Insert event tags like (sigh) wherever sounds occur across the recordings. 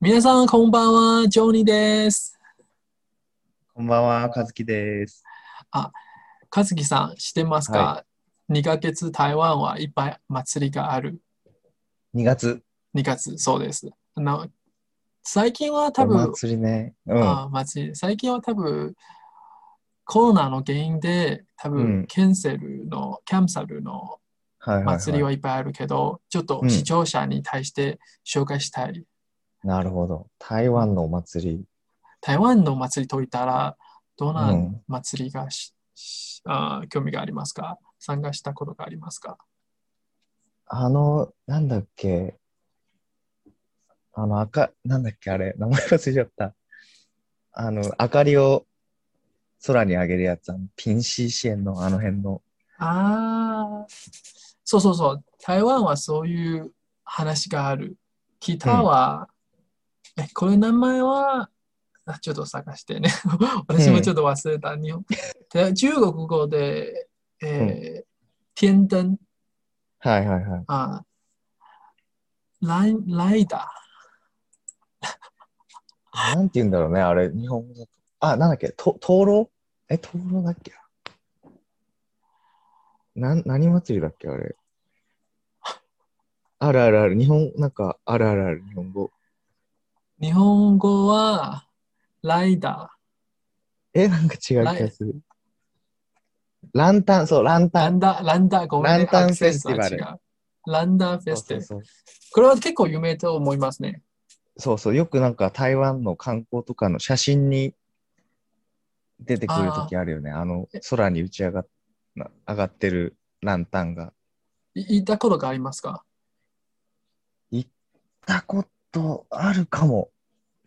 皆さん、こんばんは。ジョニーです。こんばんは、和樹です。和樹さん、知ってますか、二 ?2 ヶ月台湾はいっぱい祭りがある。 2月、 2月、そうです。あの最近は多お分、祭りね。うん。あ祭り最近は多分、コロナの原因で多う分、んキャンセルの、キャンセルのはいはい、はい。祭りはいっぱいあるけど、ちょっとうん視聴者に対して紹介したい。なるほど。台湾のお祭り。台湾の祭りといったら、どんうなん祭りがし、しあー興味がありますか参加したことがありますかあの、なんだっけ。あの、赤、なんだっけ、あれ。名前忘れちゃった。あの、明かりを空に上げるやつ。あのピンシー支援のあの辺の。ああ、そうそうそう。台湾はそういう話がある。北は、え、これ名前は、あちょっと探してね。 (laughs) 私もちょっと忘れた。日本で中国語で、えー、天灯はいはいはい。あ、ライ、ライダなんて言うんだろうね、あれ。日本語だと。あ、なんだっけ。と灯籠え、灯籠だっけなん、何祭りだっけあれ。あるあるある。日本、なんか、あるあるある。日本語。ー。日本語は、ライダえ、なんか違う気がする。ランタン、そう、ランー。タランン。ダ、ランダ、ごめんねランタンアクセントはフェスティ違う。ランダフそェうスそティバうル。そう。これは結構有名と思いますね。そうそう。よくなんか台湾の観光とかの写真に出てくるときあるよね。あの、空に打ち上がっな上がってるランタンが。い行ったことがありますか行ったことあるかも。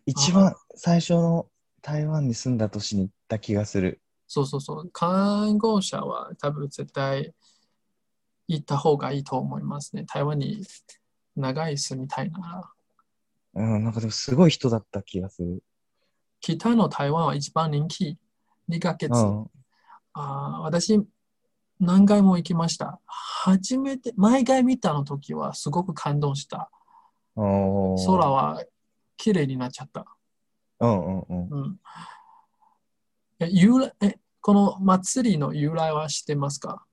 一番最初の台湾に住んだ年に行った気がする。そうそうそう。看護者は多分絶対行った方がいいと思いますね。台湾に長い住みたいなら。うん、なんかでもすごい人だった気がする。北の台湾は一番人気。2ヶ月。うん、あー私、何回も行きました。初めて、毎回見たの時はすごく感動した。おー空。は綺麗になっちゃった。うんうんうん。うん。え、由来、え、この祭りの由来は知ってますか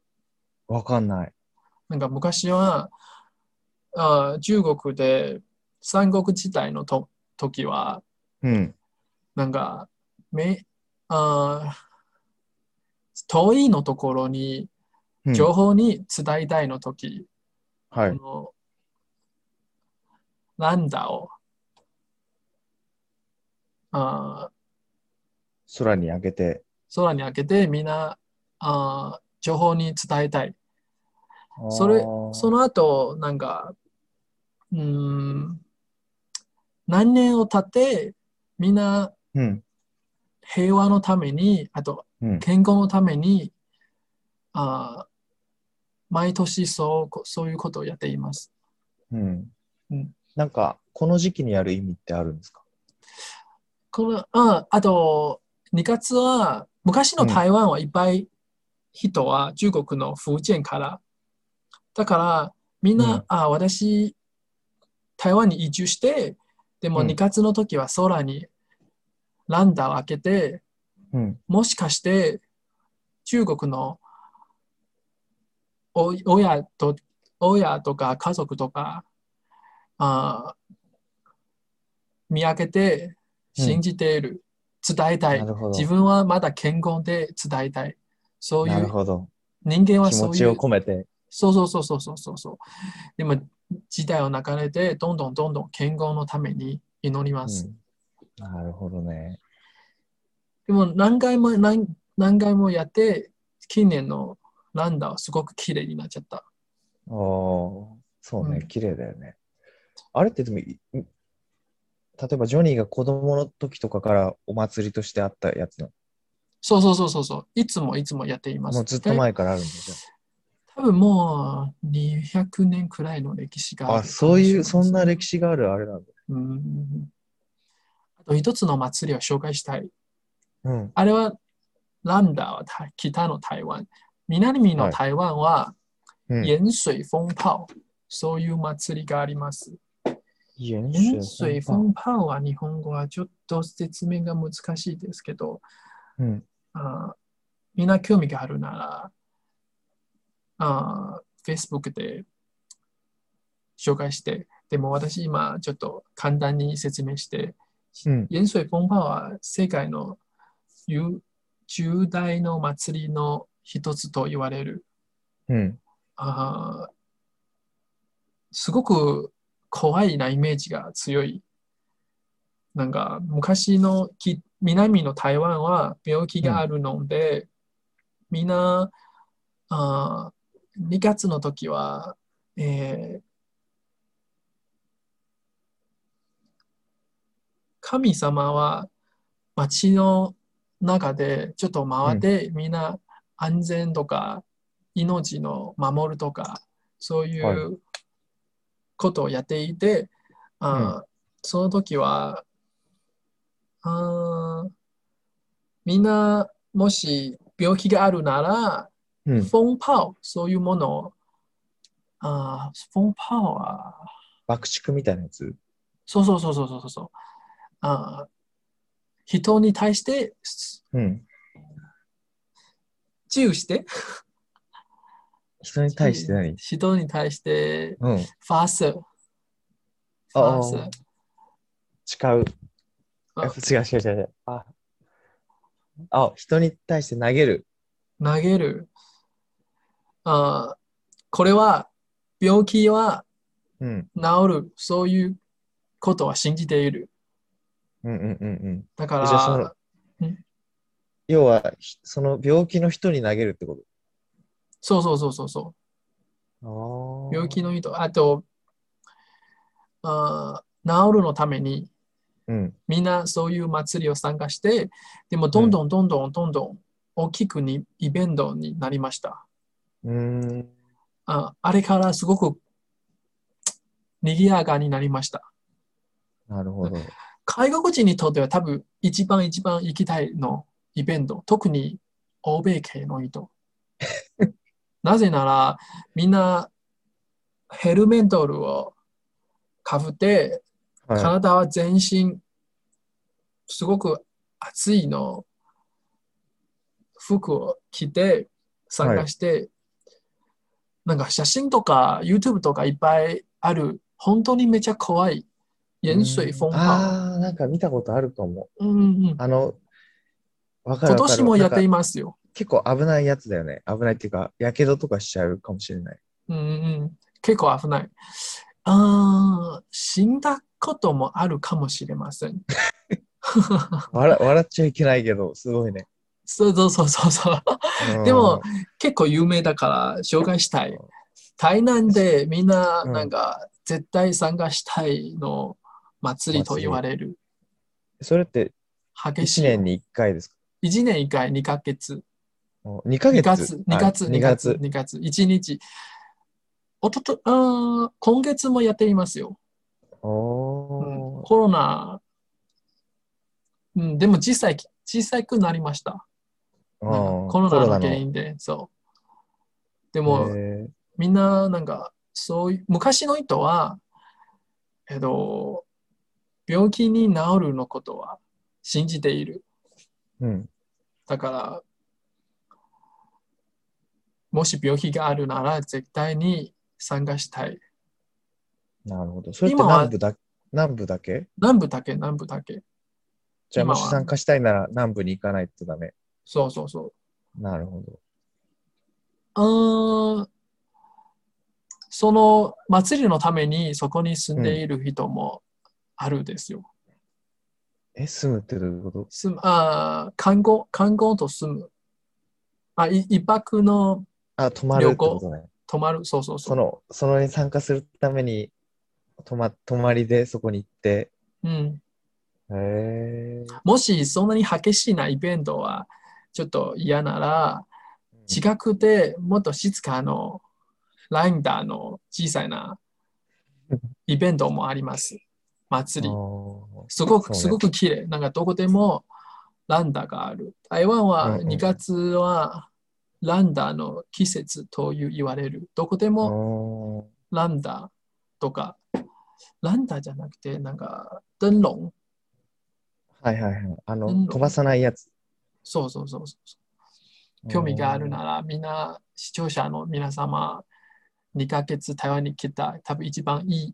わかんない。なんか昔はあー中国で三国時代のと時はうん。なんかめあー遠いのところにうん情報に伝えたいの時、はあい。のランダをあ空に上げて。ー空に上げてみんなあー情報に伝えたいそれあーその後、なんか、うーん、何年を経って、みんなうん。平和のために、あとうん。健康のために、あー毎年そうこそういうことをやっています。うんうん。なんか、この時期にやる意味ってあるんですかこのああと、2月は、昔の台湾はいっぱい人は中国の福建から。だから、みんな、うんあ私、台湾に移住して、でもうん2月の時は空にランダを開けて、うん。もしかして中国のお親と親とか家族とかあ見上げてうん信じている、伝えたいなるほど。自分はまだ健康で伝えたいそういなるうほど。人間は気そ持うちいをう込めて。そうそうそうそうそうそうそうでも時代を流れてどんどんどんどん健康のために祈ります、うんなるほどね。でも何回も何何回もやって、近年のランダはすごく綺麗になっちゃった。ああ、そううねん、綺麗だよね。あれってでも、いい例えばジョニーが子供の時とかからお祭りとしてあったやつなそうそうそうそうそう。いつもいつもやっていまの、す。もうずっと前からあるんだじゃ多分もう200年くらいの歴史があ。ああ、そういう、そんな史。歴史があるあれなんだ。うん。あと一つの祭りを紹介したい。うん。あれはランダは台北の台湾。南の台湾はうん、盐水風炮。そういう祭りがあります。塩塩水水分分パンは日本語はちょっと説明が難しいですけど、うん。あーみんな興味があるなら、あー Facebook で紹介して、でも私今ちょっと簡単に説明して、うん。塩水ポンパは世界の有重大の祭りの一つと言われる。うん。あーすごく怖いなイメージが強い。なんか昔のき南の台湾は病気があるので、みんなあー2月の時は、えー神様は街の中でちょっと回ってみんな安全とか命の守るとかそういはいうことをやっていて、あーその時はあーみんなもし病気があるならうん。フォンパオ、そういうものを、あーフォンパオは、爆竹みたいなやつ。そうそうそうそうそうそう、あー人に対して、すうん。治癒して、人に対して何人に対して、うん。ファース、フあァあース、誓う。あ違う違う違う違う。あ。あ、人に対して投げる。投げる。あーこれは、病気はうん。治る、そういうことは信じている。うんうんうんうん。だかじゃあそのら、要は、ひその病気の人に投げるってこそうそうそうそうそう。と。病気の。の人、あと、あー治るのために、うん。みんなそういう祭りを参加して、でもどんどんどんどんどんどん大きくにイベントになりました。うーん。ああれからすごく賑やかになりました。なるほど。外国人にとっては多分一番一番行きたいのイベント、特に欧米系の人。 (laughs) なぜならみんなヘルメントルをかぶっては体は全身、すごく暑いの服を着て参加して、なんか写真とか YouTube とかいっぱいある、本当にめちゃ怖いい。塩水フォンパああー、なんか見たことあるかも。オ。うんうんあの、わか今るわかる。年もやっていなんかますよ。結構危ないやつだよね。危ないっていうか、やけどとかしちゃうかもしれない。うんうん、結構危ない。あー死んだこともあるかもしれません。笑笑っちゃいけないけど、すごいね。そうそうそうそうそう。うんでも、結構有名だから紹介したい。台南でみんなうんなんか絶対参加したいの祭りと言われる。それって激し1い。年に1回ですか1年1回2ヶ月。 ?2 ヶ2月月、2月、 2 2月、月。 2月、1日。おとと、あー今月もやっていますよ。おコーロナ、うん、でも小さい、小さくなりました。うなんんかコロナの原因で、そう。でコロもナ、のへーみんな、なんか、そういう、昔の人は、えっと、病気に治るのことは信じている。うん。だから、もし病気があるなら、絶対に参加したい。なるほど。それって今は南部だ南部だけ南部だけ、南部だけ。じゃあ、今もはし参加したいなら南部に行かないとダメ。そうそうそう。なるほど。あーその祭りのためにそこに住んでいる人もあるですよ。え、住むってどういうこと住むあー観光、観光と住む。あ、い一泊のあ、泊まるってことね。泊まる、そうそうそ。そうの、そのに参加するために、泊ま、泊まりでそこに行って。うん、へえ。もしそんなに激しいなイベントはちょっと嫌なら、近くでもっと静かのラインダーの小さな (laughs) イベントもあります。祭りあ。ーすごそうく、ねすごく綺麗。なんかどこでもランダがある。台湾うんはうん2月はランダの季節という言われる。どこであもーランダとかランタじゃなくて、なんか、灯籠。はいはいはい。あうんの、飛ばさないやつ。そうそうそうそう。興味があるなら、みんな、視聴者の皆様、2ヶ月台湾に来た、多分一番いい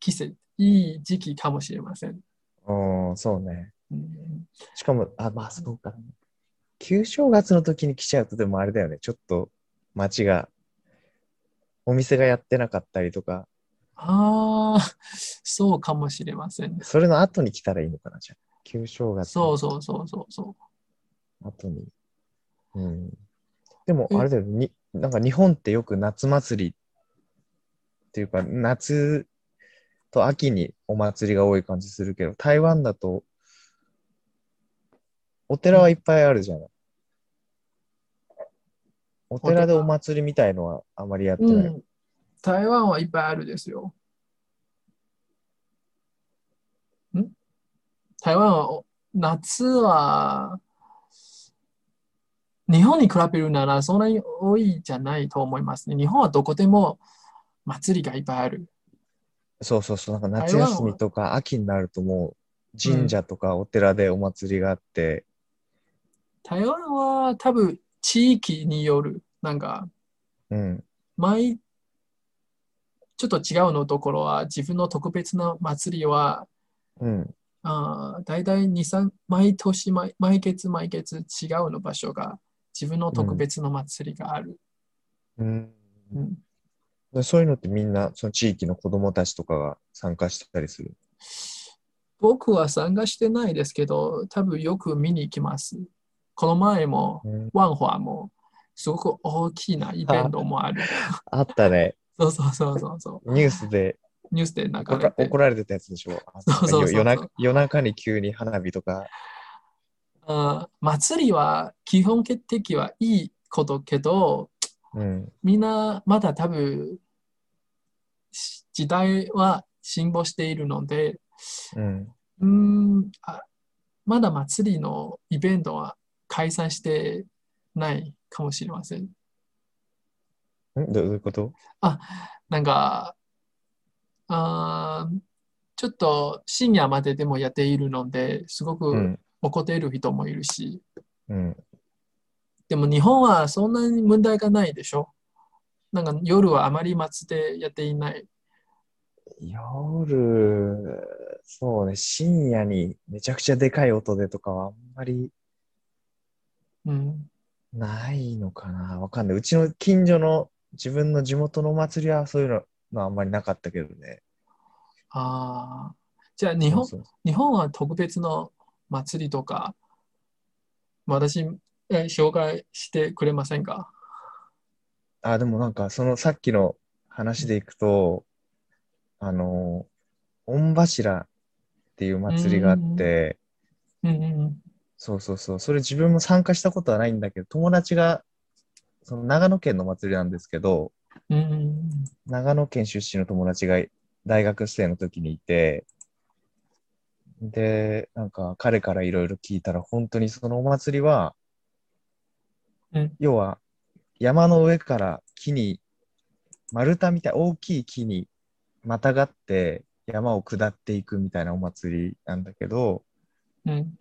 季節、いい時期かもしれません。うん。うん、そうね。うん、しかも、あ、まあそうか。旧正月の時に来ちゃうと、でもあれだよね。ちょっと街が、お店がやってなかったりとか、ああ、そうかもしれません。それの後に来たらいいのかな、じゃあ。旧正月そのうそうそうそうそう。後に。うん。でも、えあれだよね。になんか日本ってよく夏祭りっていうか、夏と秋にお祭りが多い感じするけど、台湾だと、お寺はいっぱいあるじゃない。お寺でお祭りみたいのはあまりやってない。うん、台湾はいっぱいあるですよ。ん台湾はお夏は日本に比べるならそんなに多いじゃないと思いますね。日本はどこでも祭りがいっぱいある。そうそうそう、なんか夏休みとか秋になるともう神社とかお寺でお祭りがあって、台湾は多分地域によるなんかうん、毎ちょっと違うのところは自分の特別な祭りはうん、ああ、大体2、3、毎年毎、毎月毎月違うの場所が、自分の特別の祭りがある。うん。うんでそういうのってみんな、その地域の子供たちとかが参加したりする。僕は参加してないですけど、多分よく見に行きます。この前も、うんワンホアも、すごく大きなイベントもある。あったね。そうそうそうそうそう。ニュースでニュースで流怒れらて。怒られてたやつでしょ。あそうそうそうそう夜中夜中に急に花火とか。ああ祭りは基本的にはいいことけど、うん。みんなまだ多分し時代は進歩しているので、うん。うーんあまだ祭りのイベントは開催してないかもしれません。んどどういうことなんか、あーちょっと深夜まででもやっているので、すごうくん。怒っている人もいるし、うん。でも日本はそんなに問題がないでしょ。なんか夜はあまり祭りでやっていない。夜、そうね、深夜にめちゃくちゃでかい音でとかはあんまりうん、ないのかなわかんない。うちの近所の自分の地元のお祭りはそういうののあんまりなかったけどね。あーじゃあ日本そうそう日本は特別の祭りとか、私、え紹介してくれませんかあ、でもなんかそのさっきの話でいくと、あの、御柱っていう祭りがあって、うんうんそうそうそう、それ自分も参加したことはないんだけど、友達が、その長野県の祭りなんですけど、うん。うんうん長野県出身の友達が大学生の時にいて、で、なんか彼からいろいろ聞いたら、本当にそのお祭りは、うん要は山の上から木に、丸太みたい、大きい木にまたがって山を下っていくみたいなお祭りなんだけど、うん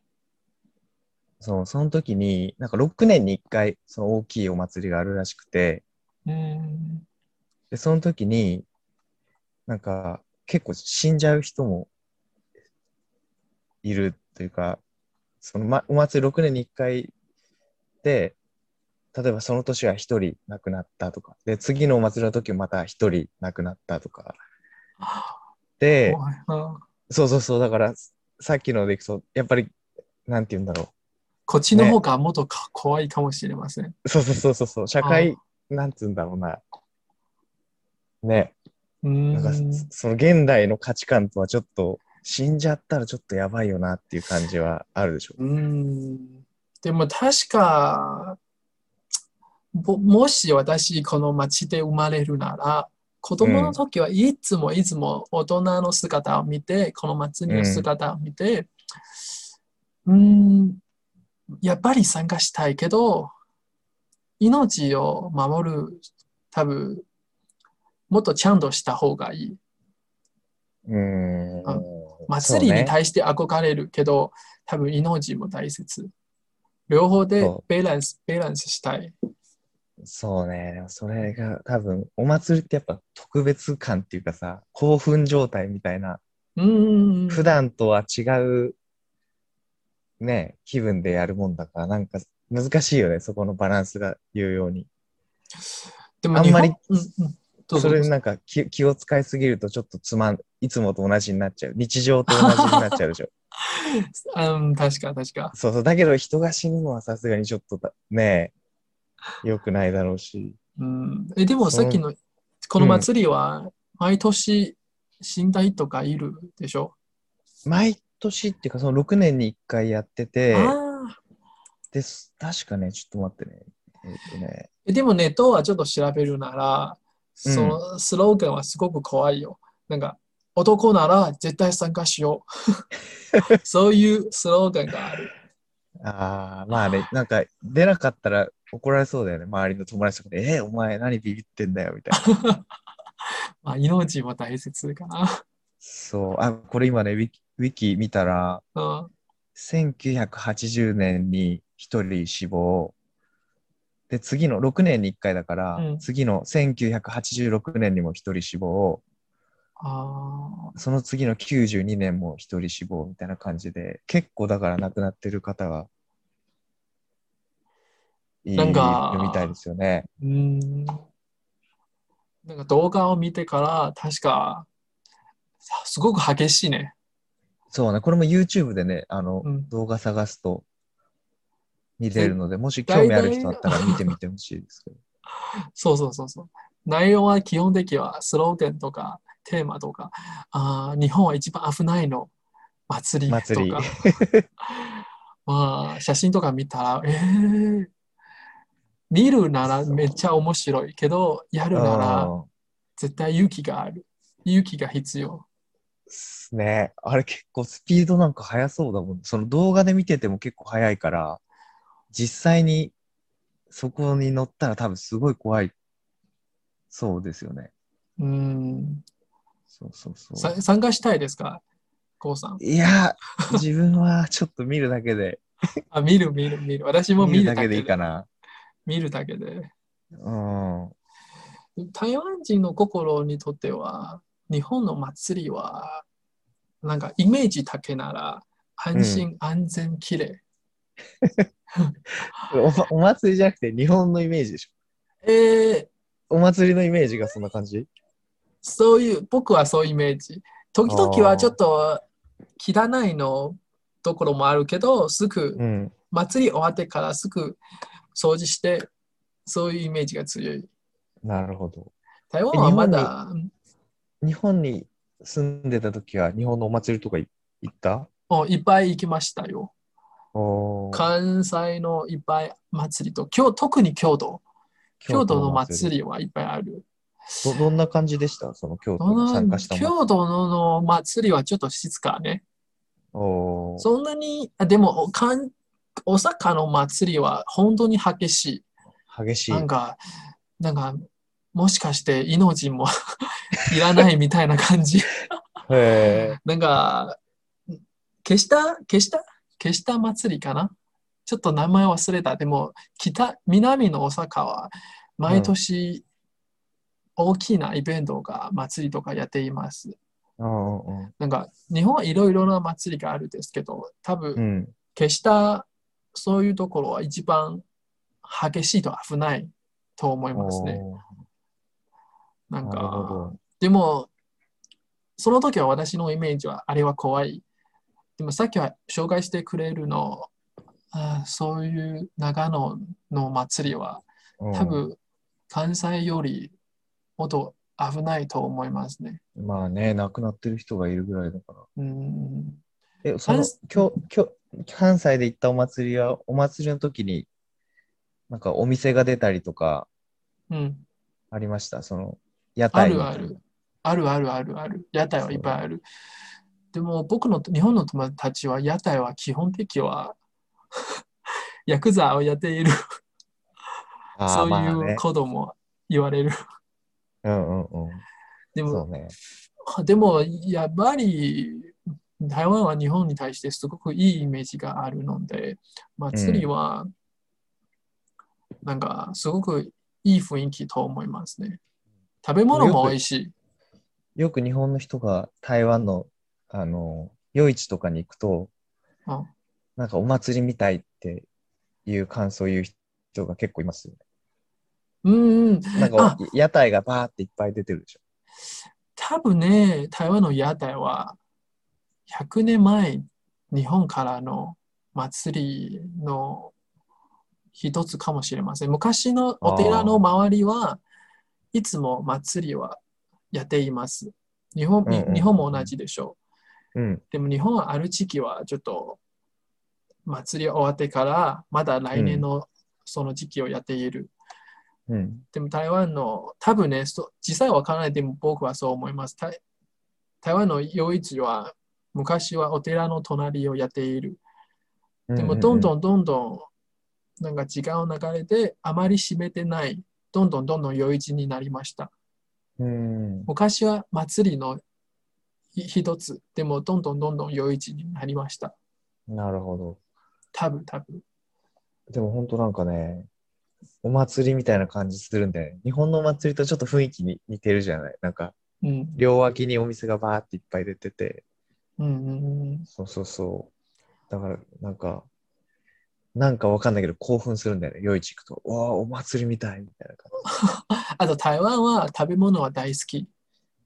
そうその時に、なんか6年に1回、その大きいお祭りがあるらしくて、うんで、その時に、なんか、結構死んじゃう人もいるというか、その、ま、お祭り6年に1回で、例えばその年は1人亡くなったとか、で、次のお祭りの時また1人亡くなったとか。で、怖いあそうそうそう、だから、さっきのでいくと、やっぱり、なんて言うんだろう。こっちの方がもっとか怖いかもしれません。そうそうそうそうそう、社会、なんて言うんだろうな。ね。うんなんかそ、その現代の価値観とはちょっと、死んじゃったらちょっとやばいよなっていう感じはあるでしょ。うんでも確か、ぼもし私この町で生まれるなら、子供の時はいつもいつも大人の姿を見て、この祭りの姿を見て、うん、やっぱり参加したいけど、命を守る、多分、もっとちゃんとした方がいい。うーんあ。祭りにそうね対して憧れるけど、多分命も大切。両方でそうベランス、ベランスしたい。そうね。でもそれが多分、お祭りってやっぱ特別感っていうかさ、興奮状態みたいな、うんうんうん。普段とは違う、ね、気分でやるもんだから、なんか難しいよね、そこのバランスが言うように。でもあんまり日本うんうん、どうぞそれどうでぞなんか気気を使いすぎるとちょっとつまん、いつもと同じになっちゃう。日常と同じになっちゃうでしょ。うん、確か確か。そうそう。だけど人が死ぬのはさすがにちょっとだねえ、良くないだろうし。うん、えでもそさうっきのこの祭りは毎年死んだ人がいるでしょ、毎年っていうか、その6年に1回やってて、ああです。確かね、ちょっと待ってね。えっとね。えでもネットはちょっと調べるならうんそのスローガンはすごく怖いよ、なんか男なら絶対参加しよう (laughs) そういうスローガンがあるああ、まあね、なんか出なかったら怒られそうだよね。周りの友達とかで、えーお前何ビビってんだよ、みたいな。まあ命も大切かな、 (laughs) そう。あ、これ今ね、ウィキウィキ見たら、うん、 1980年に1人死亡。で、次の6年に1回だから、うん次の1986年にも1人死亡、あその次の92年も1人死亡みたいな感じで、結構だから亡くなってる方がいなんかいるみたいですよね。ーうんなんか動画を見てから確かすごく激しいね、そうね、これも YouTube でね、あの、うん、動画探すと見れるので、もし興味ある人あったら見てみてほしいですけど。そうそうそうそう。内容は基本的にはスローガンとかテーマとか、あー日本は一番危ないの祭りとか、祭り (laughs) まあ写真とか見たら、えー、見るならめっちゃ面白いけど、やるならうん絶対勇気がある。勇気が必要。すね。あれ結構スピードなんか速そうだもん。その動画で見てても結構速いから、実際にそこに乗ったら多分すごい怖い。そうですよね。うん。そうそうそう。さ参加したいですかこうさん。いや、自分はちょっと見るだけで、あ、見る見る見る。私も見見るるだだけけでで。いいかな。見るだけで。うん。台湾人の心にとっては日本の祭りはなんかイメージだけなら安心、安全綺麗おまお祭りじゃなくて日本のイメージでしょ。えーお祭りのイメージがそんな感じそういう僕はそういうイメージ時々あはーちょっと汚いのところもあるけどすぐうん。祭り終わってからすぐ掃除してそういうイメージが強いなるほど。台湾えは日本まにだうん日本に住んでた時は日本のお祭りとかい行ったもういっぱい行きましたよおー関西のいっぱい祭りと今日特に京都京都の祭りはいっぱいある。どどんな感じでしたその京都に参加したも京都のの祭りはちょっと静かね。おーそんなに、あでも、かん大阪の祭りは本当に激し激しい。い。なんか、なんか、もしかして命も (laughs) いらないみたいな感じ。へなんか、消した消した消した祭りかなちょっと名前忘れた。でも、北、南の大阪は毎年大きなイベントが祭りとかやっています。ーうんうんなんか日本はいろいろな祭りがあるんですけど、多う分ん。消したそういうところは一番激しいと危ないと思いますね。おーなんなるほか、ど。でも、その時は私のイメージはあれは怖い。でもさっきは紹介してくれるの、あーそういう長野の祭りはうん多分関西よりもっと危ないと思いますね。まあね、亡くなってる人がいるぐらいだから。うんえ、その関、きょきょ関西で行ったお祭りは、お祭りの時に、なんかお店が出たりとかうんありましたその、屋あ台みるたいあなる。。あるあるあるある。屋台はいっぱいある。でも僕の日本の友達たちは屋台は基本的に (laughs) はヤクザをやっているあーそうまあいねう。ことも言われる。うんうんうん。でそもうね。あでも、やっぱり、台湾は日本に対してすごくいいイメージがあるので、祭りは、なんか、すごくいい雰囲気と思いますね。食べ物も美味しい。よく日本の人が台湾の、あの、夜市とかに行くと、うんなんかお祭りみたいっていう感想を言う人が結構いますよね。うんうん。なんあか屋台がバーっていっぱい出てるでしょ。多分ね、台湾の屋台は100年前、日本からの祭りの一つかもしれません。昔のお寺の周りはいつも祭りはやっています。日本,、うんうん日本も同じでしょうんう。。でも日本はある地域はちょっと祭り終わってからまだ来年のその時期をやっている。うん。でも台湾の、多分ね、そう実際はわからないでも僕はそう思います。台台湾の夜市は昔はお寺の隣をやっている。でもどんどん。んどんどんなんか時間を流れてあまり閉めてない。どんどんどんどん夜市になりました。うん。昔は祭りのひ一つ。でもどんどんどんどん夜市になりました。なるほど。多分多分。でも本当なんかね、お祭りみたいな感じするんだよね。日本のお祭りとちょっと雰囲気に似てるじゃないなんか、うん。両脇にお店がバーっていっぱい出てて。うんうんうん。そうそうそう。だから、なんか、なんかわかんないけど、興奮するんだよね。夜市行くと。うわあ、お祭りみたいみたいな感 (laughs) あと台湾は食べ物は大好き。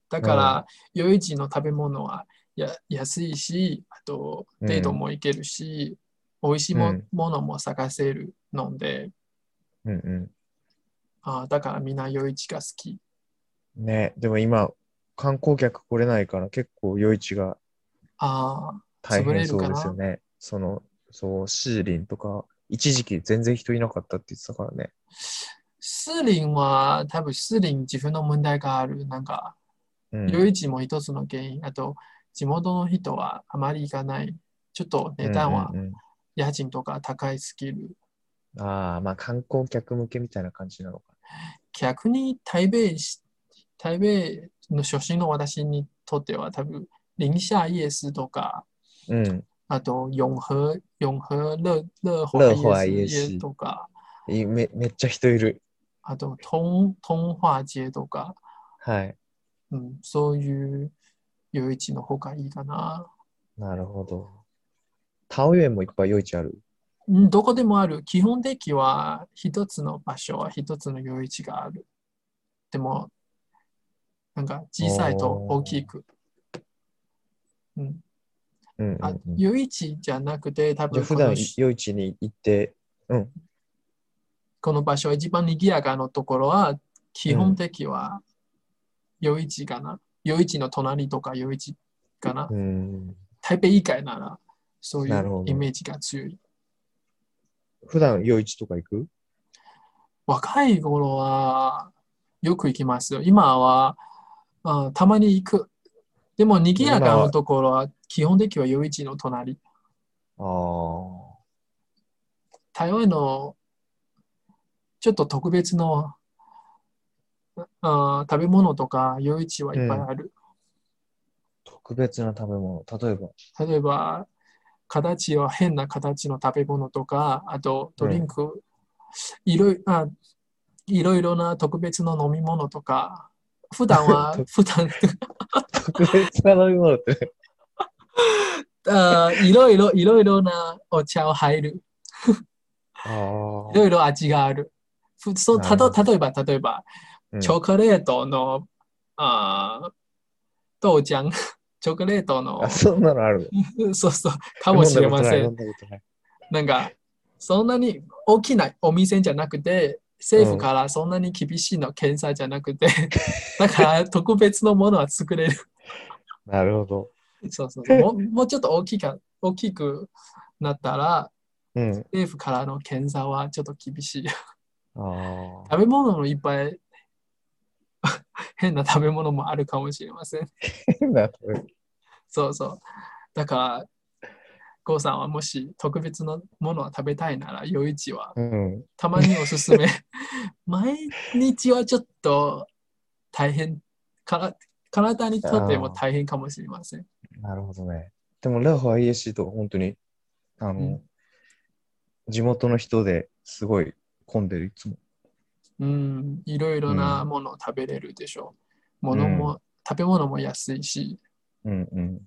だから、夜市の食べ物はや安いし、あとうんデートも行けるし、美味しいも,、うんものも探せるので、じ。うんあだからみんな夜市が好き。うん。ね、でも今、観光客来れないから、結構夜市があ大変そうですよね。その、そう、シーリンとか、一時期全然人いなかったって言ってたからね。スリンは多分スリン自分の問題がある。なんか、うん、夜市も一つの原因。あと、地元の人はあまり行かない。ちょっと値段はうんうんうん家賃とか高いすぎる。ああ、まあ観光客向けみたいな感じなのか。逆に台北し、台北の初心の私にとっては多分、寧夏夜市とか、うん。あと、永和、永和乐乐乐华华夜夜市市とか、いめめっちゃ人いる。あと、通通化街とか、はい。うん、そういう夜市の方がいいかな。なるほど。タオユエンもいっぱい夜市ある。うん、どこでもある。基本的には一つの場所は一つの夜市がある。でも、なんか小さいと大きく。うんうんうん、あうん。夜市じゃなくて、多じゃ分あこ普の段夜市に行って、うん、この場所、一番賑やかのところは、基本的は夜市かな。夜市の隣とか夜市かな。うん、台北以外なら、そういなるほうどイメージが強い。普段夜市とか行く若い頃は、よく行きますよ。今は、あたまに行く。でも、賑やかのところは、基本的は夜市の隣。ああ、台湾のちょっと特別のあー食べ物とか夜市はいっぱいある。特別な食べ物。例えば、例えば、形は変な形の食べ物とか、あとドリンク、いろいあいろいろな特別の飲み物とか、普段 (laughs) は普段 (laughs) 特別な飲み物って、あーいろいろいろいろなお茶を入る。あいろいろ味がある。ふそうたとなるほ例えば、例えば、あ、チョコレートの、あー豆浆、 (laughs) チョコレートのあ、、そんなのあるそうそう、かもしれませ飲ん。んだことない。なんか、そんなに大きなお店じゃなくて、政府からそんなに厳しいの検査じゃなくて、だから特別のものは作れる。飲んだことないなるほど。そうそうそうもう。もうちょっと大きか大きくなったら、うん。政府からの検査はちょっと厳しい。ああ、食べ物もいっぱい (laughs) 変な食べ物もあるかもしれません。変な食べ物。そうそう。だから、ゴーさんはもし特別なものは食べたいなら、夜市はうん。たまにおす (laughs) すめ。毎日はちょっと大変から体にとっても大変かもしれません。なるほどね。でも、ラファイエシと本当に、あの、うん地元の人ですごい混んでる、いつも。うん、いろいろなものを食べれるでしょう。ものも、食べ物も安いし、うんうん。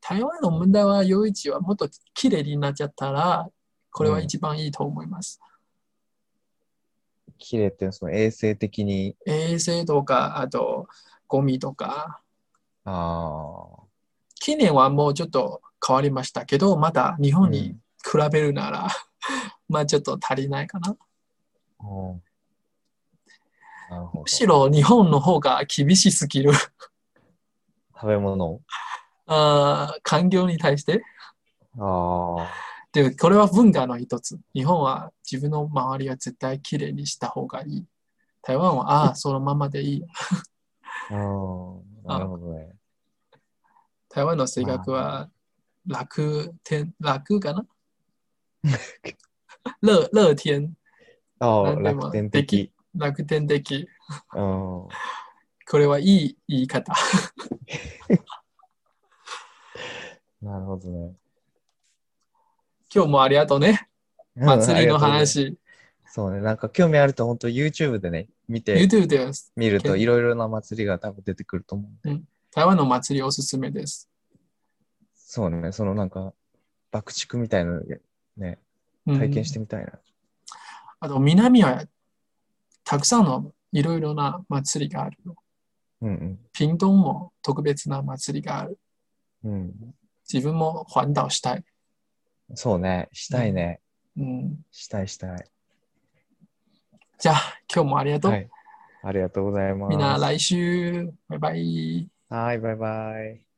台湾の問題は、夜市はもっと綺麗になっちゃったら、これは一番いいと思います。綺麗って、その衛生的に、衛生とか、あと、ゴミとか。ああ、近年はもうちょっと変わりましたけど、まだ日本うにん比べるなら、 (laughs) まあちょっと足りないかな。うんなるほどむしろ日本の方が厳しすぎる。 (laughs) 食べ物あー環境に対して。あで、これは文化の一つ。日本は自分の周りは絶対きれいにした方がいい。台湾は、ああ、そのままでいい。あ、うん、なるほどね。台湾の性格は楽天、楽か (laughs) な楽楽天、ああ、なんでも楽天的。楽天的。うこん、れはいい言い方。なるほどね。今日もありがとうね。うん祭りの。あがとうございます話。そうね、なんか興味あると、本当 YouTube でね、見て YouTube です。みると、けいろいろな祭りが多分出てくると思う。台湾の祭りおすすめです。そうね、そのなんか、爆竹みたいなのね、うん体験してみたいな。あと、南はたくさんのいろいろな祭りがある。うんピンドンも特別な祭りがある。うん。うん、自分も環島したい。そうね、したいね。うん、したいしたい。じゃあ、今日もありがとう。はい。ありがとうございます。みんな来週、バイバイ。はい、バイバイ。